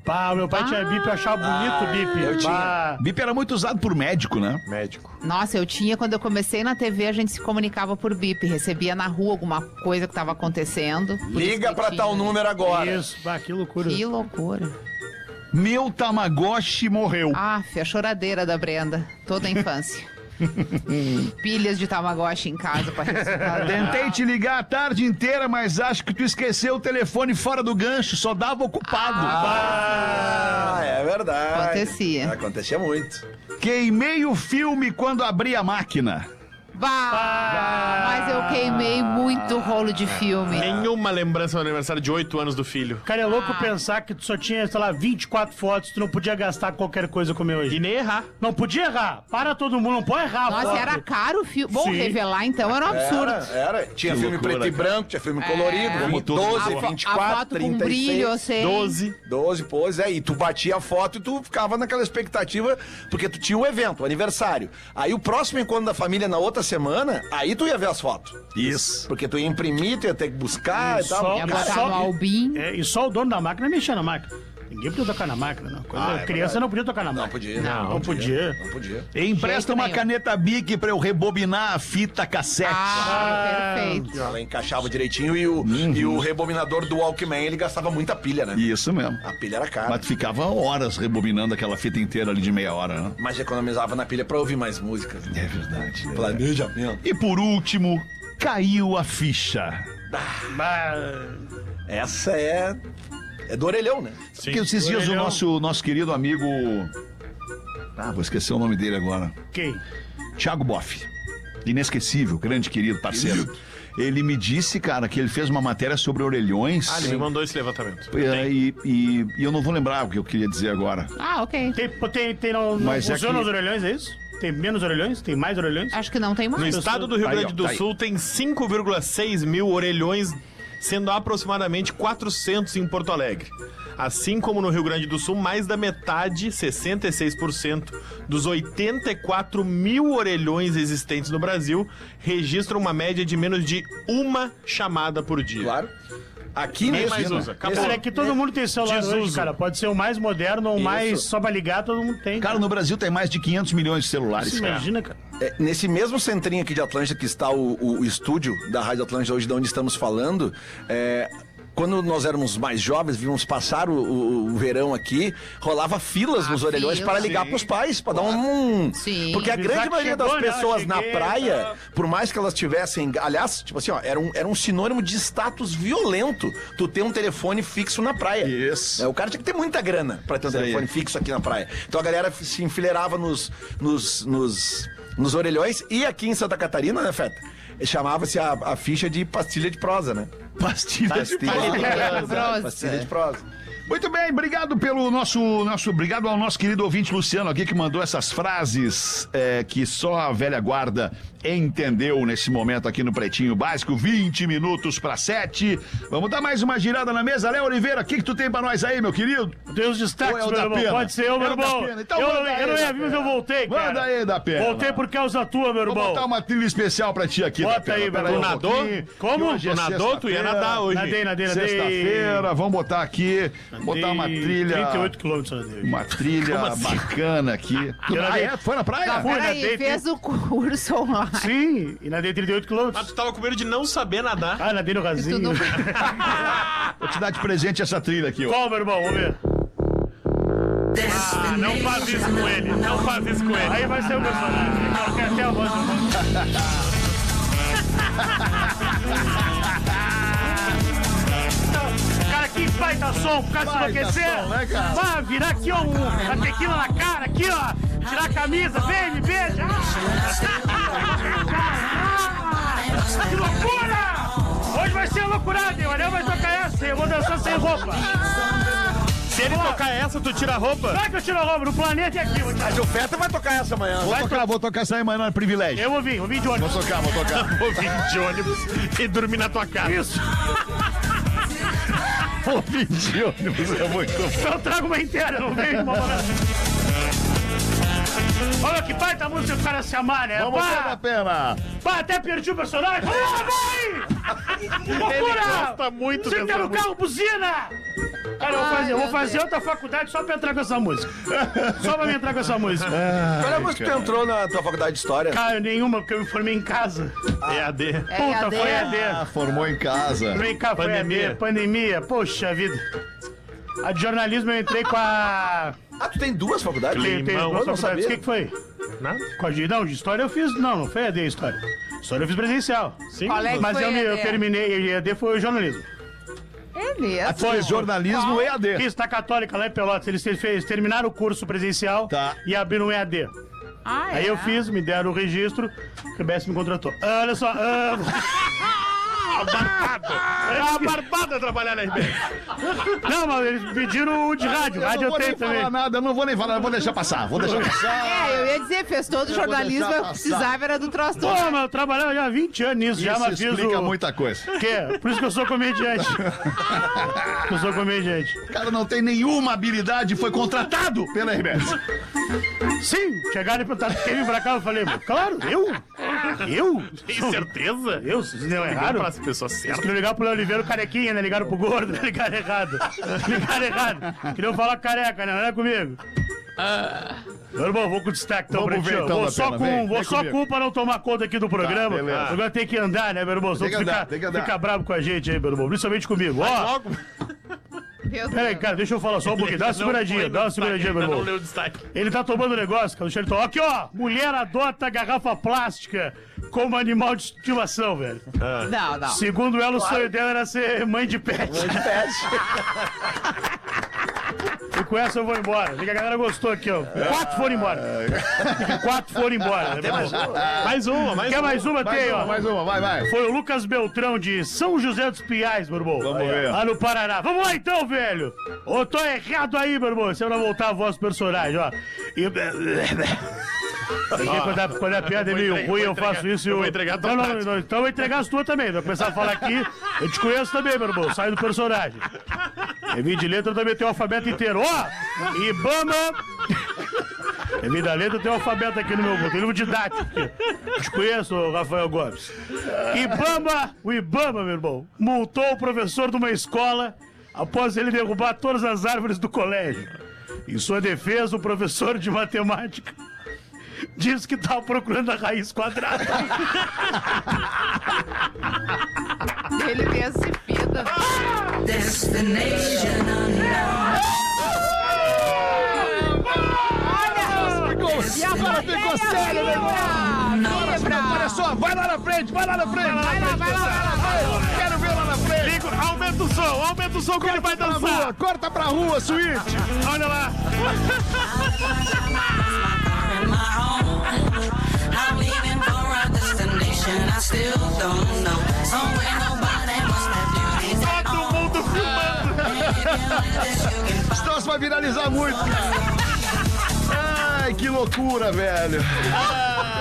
Pá, meu pai tinha bip, eu achava bonito o bip. Ah, eu tinha. Pá. Bip era muito usado por médico, né? Médico. Nossa, eu tinha, quando eu comecei na TV, a gente se comunicava por bip, recebia na rua alguma coisa que tava acontecendo. Por isso Liga que pra tinha. tal número agora. Isso, bah, que loucura. Que loucura. Meu Tamagotchi morreu. Aff, a choradeira da Brenda, toda a infância. Pilhas de Tamagotchi em casa pra resolver. Tentei te ligar a tarde inteira, mas acho que tu esqueceu o telefone fora do gancho, só dava ocupado. Ah, é verdade. Acontecia. Acontecia muito. Queimei o filme quando abri a máquina. Bah, mas eu queimei muito rolo de filme. Nenhuma lembrança do aniversário de 8 anos do filho. Cara, é louco Ah. pensar que tu só tinha, sei lá, 24 fotos, tu não podia gastar qualquer coisa com o meu E hoje. nem errar. Não podia errar. Para todo mundo, não pode errar. a Nossa, foto. era caro o filme. Bom, Sim. revelar então era um absurdo. Era, era. Tinha Que filme loucura, preto e cara. branco, tinha filme colorido, como Todo mundo. a, 12, fo- a 24, foto com 36. brilho, assim. 12. 12, pois é, e tu batia a foto e tu ficava naquela expectativa, porque tu tinha o evento, o aniversário. Aí o próximo encontro da família na outra semana, aí tu ia ver as fotos. Isso. Porque tu ia imprimir, tu ia ter que buscar e, E tal. só- Ia Cara, botar só- no Albin. É, e só o dono da máquina mexia na máquina. Ninguém podia tocar na máquina, não. Quando Ah, era é criança não podia tocar na máquina. Não podia. Não, Não podia. Não podia. Empresta Jeito uma nenhum. caneta Bic pra eu rebobinar a fita cassete. Ah, perfeito. Ela encaixava direitinho e o, e o rebobinador do Walkman, ele gastava muita pilha, né? Isso mesmo. A pilha era cara. Mas tu ficava horas rebobinando aquela fita inteira ali de meia hora, né? Mas economizava na pilha pra ouvir mais músicas. É verdade. Planejamento. E por último, caiu a ficha. Mas- Essa é. É do orelhão, né? Sim. Porque esses dias o Orelhão. nosso, nosso querido amigo. Ah, vou esquecer o nome dele agora. Quem? Thiago Boff. Inesquecível, grande querido parceiro. Ele me disse, cara, que ele fez uma matéria sobre orelhões. Ah, ele me mandou esse levantamento. É, e, e- e eu não vou lembrar o que eu queria dizer agora. Ah, ok. Tem, tem, tem não, não Mas é funciona que- os orelhões, é isso? Tem menos orelhões? Tem mais orelhões? Acho que não tem No mais. estado do Rio Aí, ó, Grande do tá aí. Sul tem 5,6 mil orelhões, sendo aproximadamente 400 em Porto Alegre. Assim como no Rio Grande do Sul, mais da metade, 66%, dos 84 mil orelhões existentes no Brasil registram uma média de menos de uma chamada por dia. Claro. Aqui Ninguém nesse- mais usa. Acabou. Cara, é que todo mundo tem celular hoje, Desuso. cara. Pode ser o mais moderno ou o Isso. mais só pra ligar, todo mundo tem. Cara, no Brasil tem mais de 500 milhões de Você celulares, cara. imagina, cara. É, nesse mesmo centrinho aqui de Atlântida que está o, o estúdio da Rádio Atlântida hoje, de onde estamos falando, é, quando nós éramos mais jovens, vimos passar o, o- o verão aqui, rolava filas Ah, nos orelhões fila, para ligar sim. para os pais, para dar um... Sim. Porque a Avisar grande que maioria das chegou, né? pessoas na Cheguei, praia, tá. por mais que elas tivessem... Aliás, tipo assim, ó, era, um, era um sinônimo de status violento tu ter um telefone fixo na praia. Isso. É, o cara tinha que ter muita grana para ter um Isso aí. telefone fixo aqui na praia. Então a galera se enfileirava nos, nos, nos, nos orelhões e aqui em Santa Catarina, né, Feta? Chamava-se a, a ficha de pastilha de prosa, né? Pastilha de Pastilha de prosa. Prosa. Pastilha de prosa. Muito bem, obrigado pelo nosso, nosso. Obrigado ao nosso querido ouvinte Luciano aqui que mandou essas frases é, que só a velha guarda entendeu nesse momento aqui no Pretinho Básico. 20 minutos para 7. Vamos dar mais uma girada na mesa. Léo Oliveira, o que, que tu tem para nós aí, meu querido? Eu tenho os Ou destaques, é o meu da irmão. pena? Pode ser eu, É meu o da irmão. pena. Então eu, não- manda eu não aí, ia da vir, mas pena. eu voltei, cara. Manda aí, da pena. Voltei por causa tua, meu Vou irmão. botar uma trilha especial para ti aqui. da Bota pena. aí, Pera meu um irmão. Nadou? pouquinho, que Como? hoje é Tu nadou? Tu ia sexta-feira. nadar hoje. Nadei, nadei, nadei. Sexta-feira, vamos botar aqui, botar uma Nadei trilha. 38 quilômetros nadei hoje. Uma trilha bacana aqui. Tu, Eu ah, nadei. é? Tu foi na praia? Não, fui. Peraí, Olha, fez o curso online. né? Sim, e nadei 38 Mas quilômetros. Ah, tu tava com medo de não saber nadar. Ah, nadei no Tu Então rasinho. não- Vou te dar de presente essa trilha aqui, ó. Qual, meu irmão? Vamos ver. Ah, não faz isso com ele. Não faz isso com ele. Aí vai ser o personagem. Não, quer até a voz do irmão. Então, Cara, que baita som, o cara se Baita enlouquecer. som, né, cara? Vai virar aqui, ó, um- a tequila na cara, aqui, ó. Tirar a camisa, vem, me beija. Ah, que loucura! Hoje vai ser loucurado, hein? O Anel vai tocar essa, hein? eu vou dançar sem roupa. Se ele tocar essa, tu tira a roupa. Vai que eu tiro a roupa, no planeta é aqui. vou tirar. Mas o Feta vai tocar essa manhã. Vou tocar, vou tocar essa aí, mas não é privilégio. Eu vou vir, vou vir de ônibus. Vou tocar, vou tocar. Vou vir de ônibus e dormir na tua casa. Isso, Vou pedir ônibus, é muito bom. eu trago uma inteira, não vem uma hora. Olha que baita música o cara se amar, né? Vamos Pá! ver a pena. Pá, até perdi o personagem. Ah, vai! Loucura! gosta muito Você dessa quer no carro, buzina! Cara, eu vou Ai, fazer, eu vou meu fazer Deus. outra faculdade só pra entrar com essa música. Só pra me entrar com essa música. Qual é a música que tu entrou na tua faculdade de história? Cara, nenhuma, porque eu me formei em casa. É a D. É, Puta, foi cadê? AD. Ah, formou em casa. Formei em casa, pandemia. AD. Pandemia. Pandemia, poxa vida. A de jornalismo eu entrei com a... Ah, tu tem duas faculdades? Tem, tem Climão, duas eu não faculdades. O sabia. que, que foi? Nada. Com a de- Não, de história eu fiz. Não, não foi AD história. História eu fiz presencial. Sim, Qual é que Mas foi eu, me- eu AD? terminei, e AD foi jornalismo. É mesmo. Foi jornalismo EAD. Isso, na Católica, lá em Pelotas, eles, te- fez- terminaram o curso presencial Tá. e abriram um EAD. Ah, Aí é? eu fiz, me deram o registro, a RBS me contratou. Ah, Olha só. ah, Barbado! É Ah, uma barbada trabalhar na RBS. não, mas eles pediram o de rádio. Eu Rádio não eu vou nem tenho também. falar nada, eu não vou nem falar, eu vou deixar passar, vou deixar passar. É, eu ia dizer, fez todo o jornalismo, eu precisava era do troço todo. Pô, mas eu trabalhava já há 20 anos nisso, já Isso mas fiz explica o... muita coisa. Quê? Por isso que eu sou comediante. que eu sou comediante. O cara não tem nenhuma habilidade, foi contratado pela RBS. Sim, chegaram e perguntaram, quer vir pra cá? Eu falei, "Mas claro, eu? Eu? Tem é certeza? Eu? Vocês não Ligaram erraram? para as pessoas Eles certas. queriam ligar pro Léo Oliveira, o carequinha, né? Ligaram pro gordo, né? ligaram errado. Ligaram errado. Queriam falar com careca, né? Não é comigo. Ah. Meu irmão, vou com destaque então, Vamos ver, Pretinho. então, vou Datena, só com, um, vem, vou vem só comigo. Tá, com pra não tomar conta aqui do programa. beleza. Agora tem que andar, né, meu irmão? Senão que tu andar, fica, tem que andar. fica bravo com a gente aí, meu irmão. Principalmente comigo. Ó, Logo, Meu Deus. peraí, cara, deixa eu falar só um pouquinho. Dá uma Não foi seguradinha, no dá uma destaque, seguradinha, meu ainda irmão. Não leu o destaque. Ele tá tomando negócio, cara. Deixa ele tomar. Aqui, ó. Mulher adota garrafa plástica como animal de estimação, velho. Não, não. Segundo ela, o sonho dela era ser mãe de pet. E com essa eu vou embora. Vê que a galera gostou aqui, ó. Quatro foram embora. Quatro foram embora. né, meu irmão? Mais uma, mais Quer uma. mais uma? Mais Tem, uma, ó. mais uma, vai, vai. Foi o Lucas Beltrão de São José dos Piais, meu irmão. Vamos Aí, ó, ver. Lá no Paraná. Vamos lá então, velho. Ô, tô errado aí, meu irmão. Você vai voltar a voz do personagem, ó. E... Porque quando, a, quando a piada é Vou meio ruim, entregar- vou eu faço entregar- isso e eu eu. vou entregar a tua não, não, parte. não, não, então eu vou entregar as tuas também. Vou começar a falar aqui. Eu te conheço também, meu irmão. Sai do personagem. Eu vim de letra, eu também tenho o alfabeto inteiro. Ó! Ibama! Eu vim da letra, eu tenho o alfabeto aqui no meu grupo. Tem livro didático aqui. Te conheço, ô Rafael Gomes. Ibama, o Ibama, meu irmão, multou o professor de uma escola após ele derrubar todas as árvores do colégio. Em sua defesa, o professor de matemática disse que estava procurando a raiz quadrada. Ele mesmo se fida. Destination E agora ficou sério, meu irmão. Vibra! Olha Vibra! só, vai lá na frente, vai lá na frente. Vai lá, vai lá, vai lá, vai lá. Quero ver lá na frente. Ligo, aumenta o som, aumenta o som que ele vai Pra dançar. rua, corta pra rua, suíte. Olha lá. on my own. I'm leaving for a destination I still don't know. Somewhere nobody must have duties at Todo all. mundo Ah. filmando. If you live this, you can Esse troço vai viralizar muito, cara. Ai, que loucura, velho.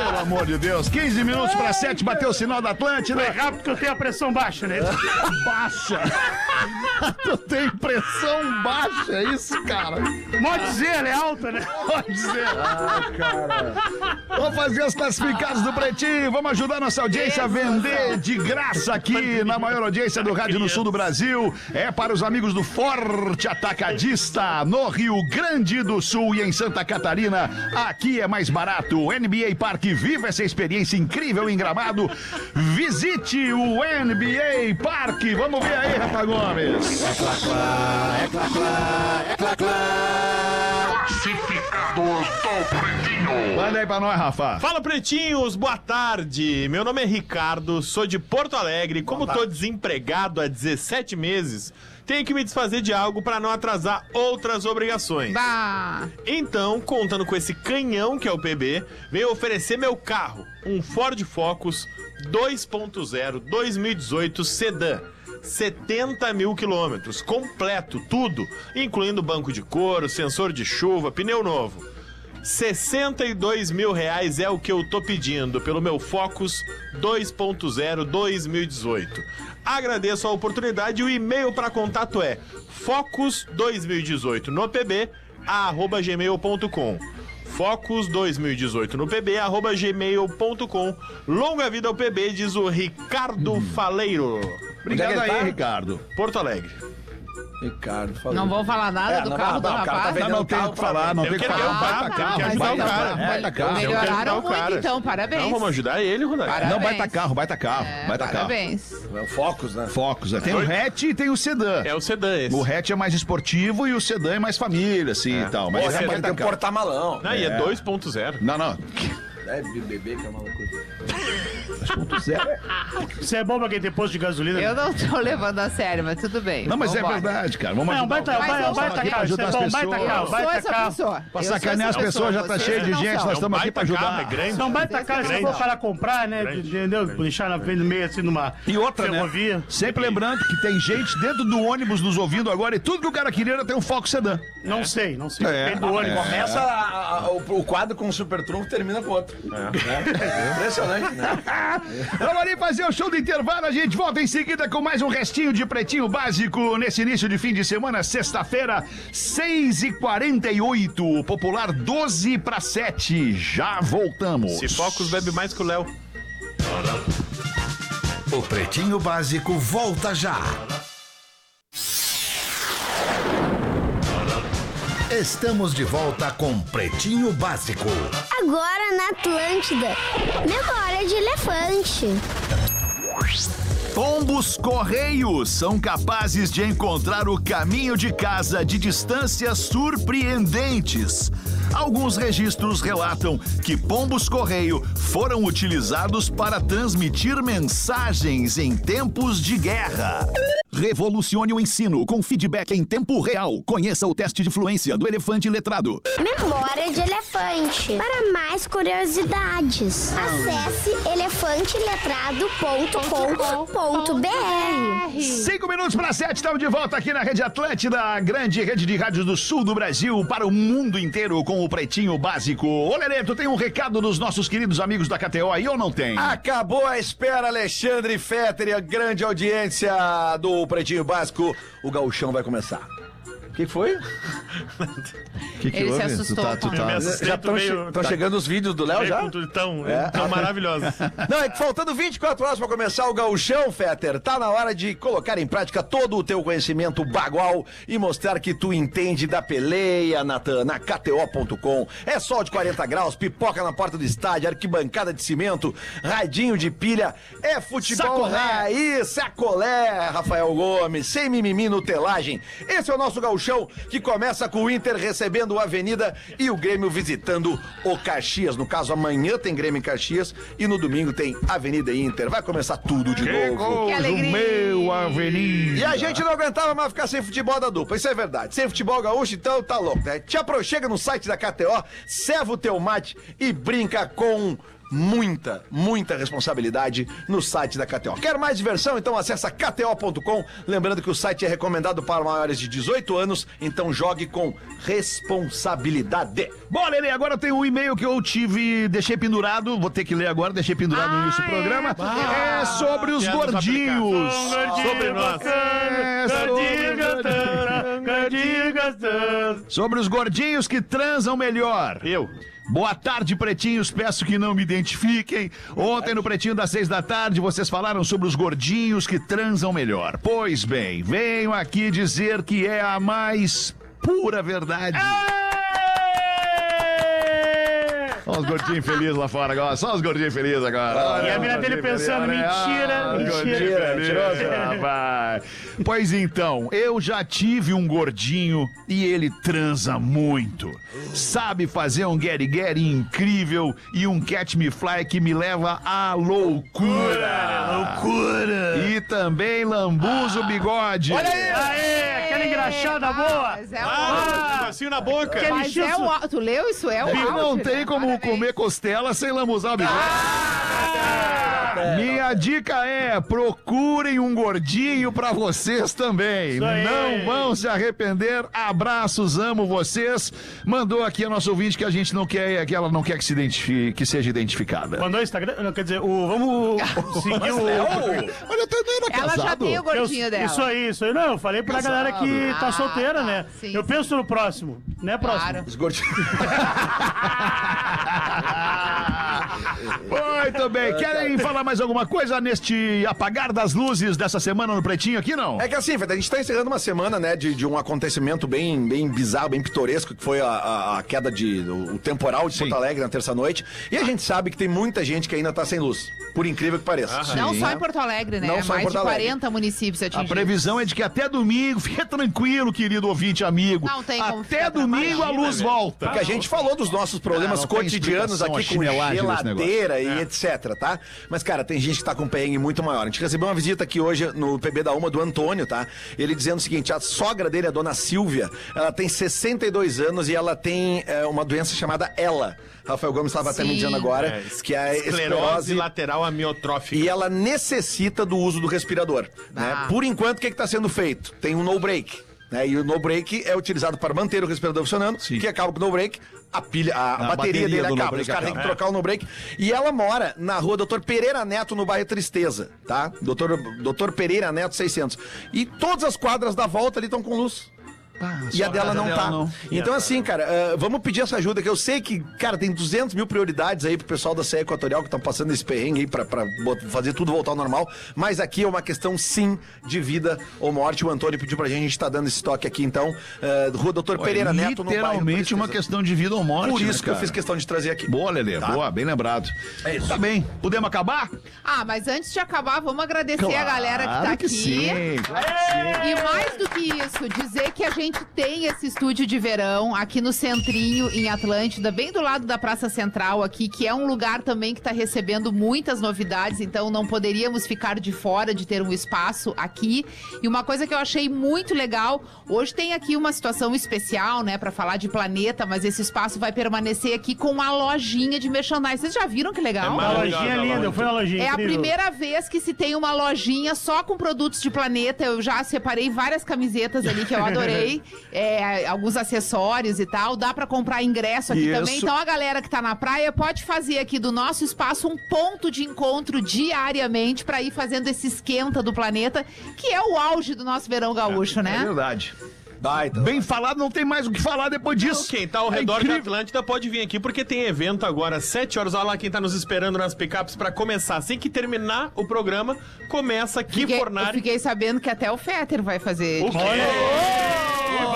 Pelo amor de Deus. 15 minutos pra 7, bateu o sinal da É Atlântida. rápido que eu tenho a pressão baixa, né? Baixa. Tu tem pressão baixa, é isso, cara? Pode dizer, ela é alta, né? Pode ser. Ah, Vamos fazer os classificados do Pretinho. Vamos ajudar nossa audiência a vender de graça aqui na maior audiência do rádio no sul do Brasil. É para os amigos do Forte Atacadista no Rio Grande do Sul e em Santa Catarina. Aqui é mais barato. NBA Parque viva essa experiência incrível em Gramado. Visite o NBA Parque. Vamos ver aí, Rafa Gomes. Manda aí pra nós, Rafa. Fala, pretinhos, boa tarde. Meu nome é Ricardo, sou de Porto Alegre. Como tô desempregado há 17 meses, tenho que me desfazer de algo para não atrasar outras obrigações. Bah. Então, contando com esse canhão que é o PB, veio oferecer meu carro, um Ford Focus 2.0 2018 sedã. 70 mil quilômetros, completo, tudo, incluindo banco de couro, sensor de chuva, pneu novo. 62 mil reais é o que eu tô pedindo pelo meu Focus 2.0 2018. Agradeço a oportunidade e o e-mail para contato é focus2018 no pb arroba gmail.com Focus 2018 no pb arroba gmail.com Longa vida ao PB, diz o Ricardo Faleiro, Hum. Obrigado aí, Ricardo. Porto Alegre. Ricardo, falou. Não vou falar nada É, do não, carro não, do não, o cara tá rapaz. vendendo Não, não tem o que falar, não Eu tem o que quero falar. ajudar, Baita eu carro, quero baita ajudar o carro, cara. baita carro. Eu quero ajudar Melhoraram o Ah, é um cara. muito, então. Parabéns. Não, vamos ajudar ele, Rodaica. Não, Parabéns. baita carro, baita carro, É, baita carro. Parabéns. É o Focus, né? Focus, né? Tem o hatch e tem o sedã. É o sedã esse. O hatch é mais esportivo e o sedã é mais família, assim e tal. Mas Porra, é mas baita tem um carro. porta-malão. Não, e é 2.0. Não, não. É BBB que é uma loucura. 2.0 é. Isso é bom pra quem tem posto de gasolina. Eu não tô levando a sério, mas tudo bem. Não, mas é Vambora. verdade, cara. Vamos Não, ajudar. baita- o- Mas vai- eu vai sou- assim. tacar, ajudar isso é as bom, vai pessoas. tacar, Eu vai sou essa tacar. pessoa. Eu Pra sou sacanear as essa pessoas, já pessoa, tá vocês cheio de não gente, são. nós estamos aqui pra capa, é ajudar. grande. Não vai tá tacar se for o cara comprar, né? Entendeu? Deixar na frente do meio assim numa E outra, né? ferrovia. Sempre lembrando que tem gente dentro do ônibus nos ouvindo agora e tudo que o cara queria era ter um foco sedã. Não sei, não sei. É. Depende do ônibus. Começa a- a- o, o quadro com um super trunfo termina com outro. É. Impressionante, né? Vamos ali fazer o show do intervalo, a gente volta em seguida com mais um restinho de Pretinho Básico nesse início de fim de semana, sexta-feira, 6h48, popular 12 para 7. Já voltamos. Se Focus bebe mais que o Léo. O Pretinho Básico volta já. Estamos de volta com Pretinho Básico. Agora na Atlântida. Memória de elefante. Pombos Correios são capazes de encontrar o caminho de casa de distâncias surpreendentes. Alguns registros relatam que pombos correio foram utilizados para transmitir mensagens em tempos de guerra. Revolucione o ensino com feedback em tempo real. Conheça o teste de fluência do elefante letrado. Memória de elefante. Para mais curiosidades, acesse elefanteletrado.com.br. Cinco minutos para sete, estamos de volta aqui na Rede Atlântida, a grande rede de rádios do sul do Brasil, para o mundo inteiro, com o Pretinho Básico. Ô, Lelê, tu tem um recado dos nossos queridos amigos da KTO aí ou não tem? Acabou a espera, Alexandre Fetter e a grande audiência do Pretinho Básico. O gauchão vai começar. O que foi? que Tá, Ele se assustou. com- Tá. Já estão tá chegando os vídeos do Léo já? Tão, É. tão maravilhosos. Não, é que faltando 24 horas para começar o gauchão, Fetter, tá na hora de colocar em prática todo o teu conhecimento bagual e mostrar que tu entende da peleia, Natan, na KTO.com. É sol de 40 graus, pipoca na porta do estádio, arquibancada de cimento, radinho de pilha, é futebol Sacolé. raiz, sacolé, é Rafael Gomes, sem mimimi, nutelagem. Esse é o nosso gauchão que começa com o Inter recebendo o Avenida e o Grêmio visitando o Caxias. No caso, amanhã tem Grêmio em Caxias e no domingo tem Avenida e Inter. Vai começar tudo de novo. Que alegria. meu avenida. E a gente não aguentava mais ficar sem futebol da dupla, isso é verdade. Sem futebol gaúcho, então tá louco, né? Te apro, chega no site da KTO, serve o teu mate e brinca com muita, muita responsabilidade no site da KTO. Quer mais diversão? Então acessa kto.com. Lembrando que o site é recomendado para maiores de 18 anos, então jogue com responsabilidade. Bom, Lelê, agora tem um e-mail que eu tive, deixei pendurado, vou ter que ler agora, deixei pendurado no início do Ah, programa. é? É sobre os Piadas gordinhos. Sobre nós. É sobre- Sobre os gordinhos que transam melhor. Eu. Boa tarde, pretinhos. Peço que não me identifiquem. Ontem, no pretinho das seis da tarde, vocês falaram sobre os gordinhos que transam melhor. Pois bem, venho aqui dizer que é a mais pura verdade. Olha os gordinhos felizes lá fora agora. Só os gordinhos felizes agora. E a mina dele pensando, mentira, mentira. Vai. Pois então, eu já tive um gordinho e ele transa muito. Sabe fazer um get get incrível e um catch me fly que me leva à loucura. Loucura. E também lambuza o bigode. Olha aí. Aê, aquela engraxada boa. Mas é um Ah, um negocinho na boca. Aquele Mas é chusso. o au- Tu leu isso? É o Eu áudio, não né? tem como Parabéns. Ah! comer costela sem lambuzar o bigode. Minha dica é: procurem um gordinho pra vocês também. Isso aí. Não vão se arrepender. Abraços, amo vocês. Mandou aqui a nossa ouvinte que a gente não quer, que ela não quer que se identifique, que seja identificada. Mandou o Instagram? Não, quer dizer, o, vamos seguir o. Olha, eu também era Ela já casado. tem o Eu- é gordinho dela. Isso aí, isso aí. Não, eu falei pra galera que tá Ah, solteira, né? sim, eu sim. penso no próximo, né, próximo? Claro. Os gordinhos. Muito bem. Querem falar mais alguma coisa neste apagar das luzes dessa semana no Pretinho aqui, não? É que assim, Fede, a gente tá encerrando uma semana, né, de, de um acontecimento bem, bem bizarro, bem pitoresco, que foi a, a- a queda de o, o temporal de Sim. Porto Alegre na terça-noite. E a gente sabe que tem muita gente que ainda tá sem luz. por incrível que pareça. Não só em Porto Alegre, né? Não só em Mais Porto de Alegre. 40 municípios A atingidos. previsão é de que até domingo, fica tranquilo, querido ouvinte amigo. Não tem como até ficar domingo a trabalhando, luz velho. volta. Porque a gente falou dos nossos problemas Ah, não tem cotidianos explicação, aqui a com chinelagem desse geladeira e etc, tá? Mas, cara, tem gente que tá com um perrengue muito maior. A gente recebeu uma visita aqui hoje no PB da Uma do Antônio, tá? Ele dizendo o seguinte, a sogra dele, a dona Silvia, ela tem 62 anos e ela tem é, uma doença chamada ELA. Rafael Gomes estava até me Sim. dizendo agora, es- que é a esclerose esclerose... lateral amiotrófica. E ela necessita do uso do respirador. né? Por enquanto, o que está sendo feito? Tem um no-break. Né? E o no-break é utilizado para manter o respirador funcionando, Sim. que acaba com o no-break, a, pilha, a, a A bateria, bateria dele do acaba. no-break Os caras têm que acaba. trocar o no-break. E ela mora na rua Doutor Pereira Neto, no bairro Tristeza, tá? Doutor, Doutor Pereira Neto, 600. E todas as quadras da volta ali estão com luz. E a dela não tá. Então, assim, cara, eh, vamos pedir essa ajuda, que eu sei que, cara, tem 200 mil prioridades aí pro pessoal da CE Equatorial que estão passando esse perrengue aí pra, pra bot- fazer tudo voltar ao normal. Mas aqui é uma questão, sim, de vida ou morte. O Antônio pediu pra gente, a gente tá dando esse toque aqui, então. eh, rua Doutor Pereira Neto, no bairro Literalmente Tristeza. uma questão de vida ou morte. Por né, isso que eu cara? fiz questão de trazer aqui. Boa, Lelê. Tá. Boa, bem lembrado. Tá bem. Podemos acabar? Ah, mas antes de acabar, vamos agradecer a Claro galera que tá aqui. sim, claro que E mais do que isso, dizer que a gente tem esse estúdio de verão aqui no Centrinho, em Atlântida, bem do lado da Praça Central aqui, que é um lugar também que está recebendo muitas novidades, então não poderíamos ficar de fora de ter um espaço aqui. E uma coisa que eu achei muito legal, hoje tem aqui uma situação especial, né, para falar de planeta, mas esse espaço vai permanecer aqui com a lojinha de merchandising. Vocês já viram que legal? É A maravilhoso. lojinha é linda, eu fui na lojinha. É a incrível. primeira vez que se tem uma lojinha só com produtos de planeta. Eu já separei várias camisetas ali que eu adorei, é, alguns acessórios e tal. Dá pra comprar ingresso aqui Isso. também. Então a galera que tá na praia pode fazer aqui do nosso espaço um ponto de encontro diariamente pra ir fazendo esse esquenta do planeta, que é o auge do nosso verão gaúcho, É né? verdade. Baita. Bem falado, não tem mais o que falar depois Então, disso. É quem tá ao redor da incrível. Atlântida pode vir aqui, porque tem evento agora às 7 horas. Olha lá quem tá nos esperando nas picapes pra começar. Assim que terminar o programa, começa aqui Fiquei, eu Fornari. fiquei sabendo que até o Fetter vai fazer. O quê?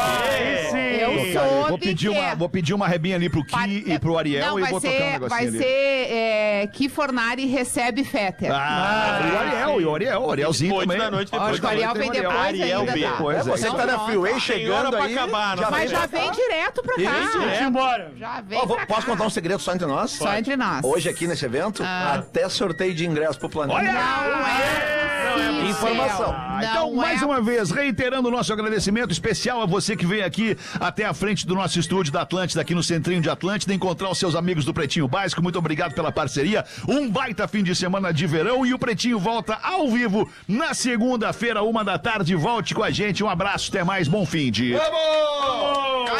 Aí Eu sim. Cara, eu vou soube pedir, que uma, é. vou pedir uma rebinha ali pro Ki Par- e pro Ariel Não, e vai vou ser, tocar um negocinho Vai ali. ser é, que Fornari recebe Fetter. Ah, e o Ariel, e o Ariel, o Arielzinho Depois também. da noite, depois Acho que o Ariel vem depois Ariel ainda, vem tá? depois, é. Então Você que tá na pronto. freeway hora chegando pra aí. acabar, não Mas já vem direto pra cá. Vamos embora. Já vem Ó, vou- pra posso cá. contar um segredo só entre nós? Só entre nós. Ah. Hoje aqui nesse evento, até sorteio de ingresso pro planeta. Não é possível. Informação. Não Então, é mais uma vez, reiterando o nosso agradecimento especial a você que veio aqui até a frente do nosso estúdio da Atlântida, aqui no Centrinho de Atlântida, encontrar os seus amigos do Pretinho Básico. Muito obrigado pela parceria. Um baita fim de semana de verão e o Pretinho volta ao vivo na segunda-feira, uma da tarde. Volte com a gente. Um abraço, até mais. Bom fim de. Valeu!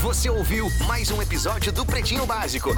Você ouviu mais um episódio do Pretinho Básico.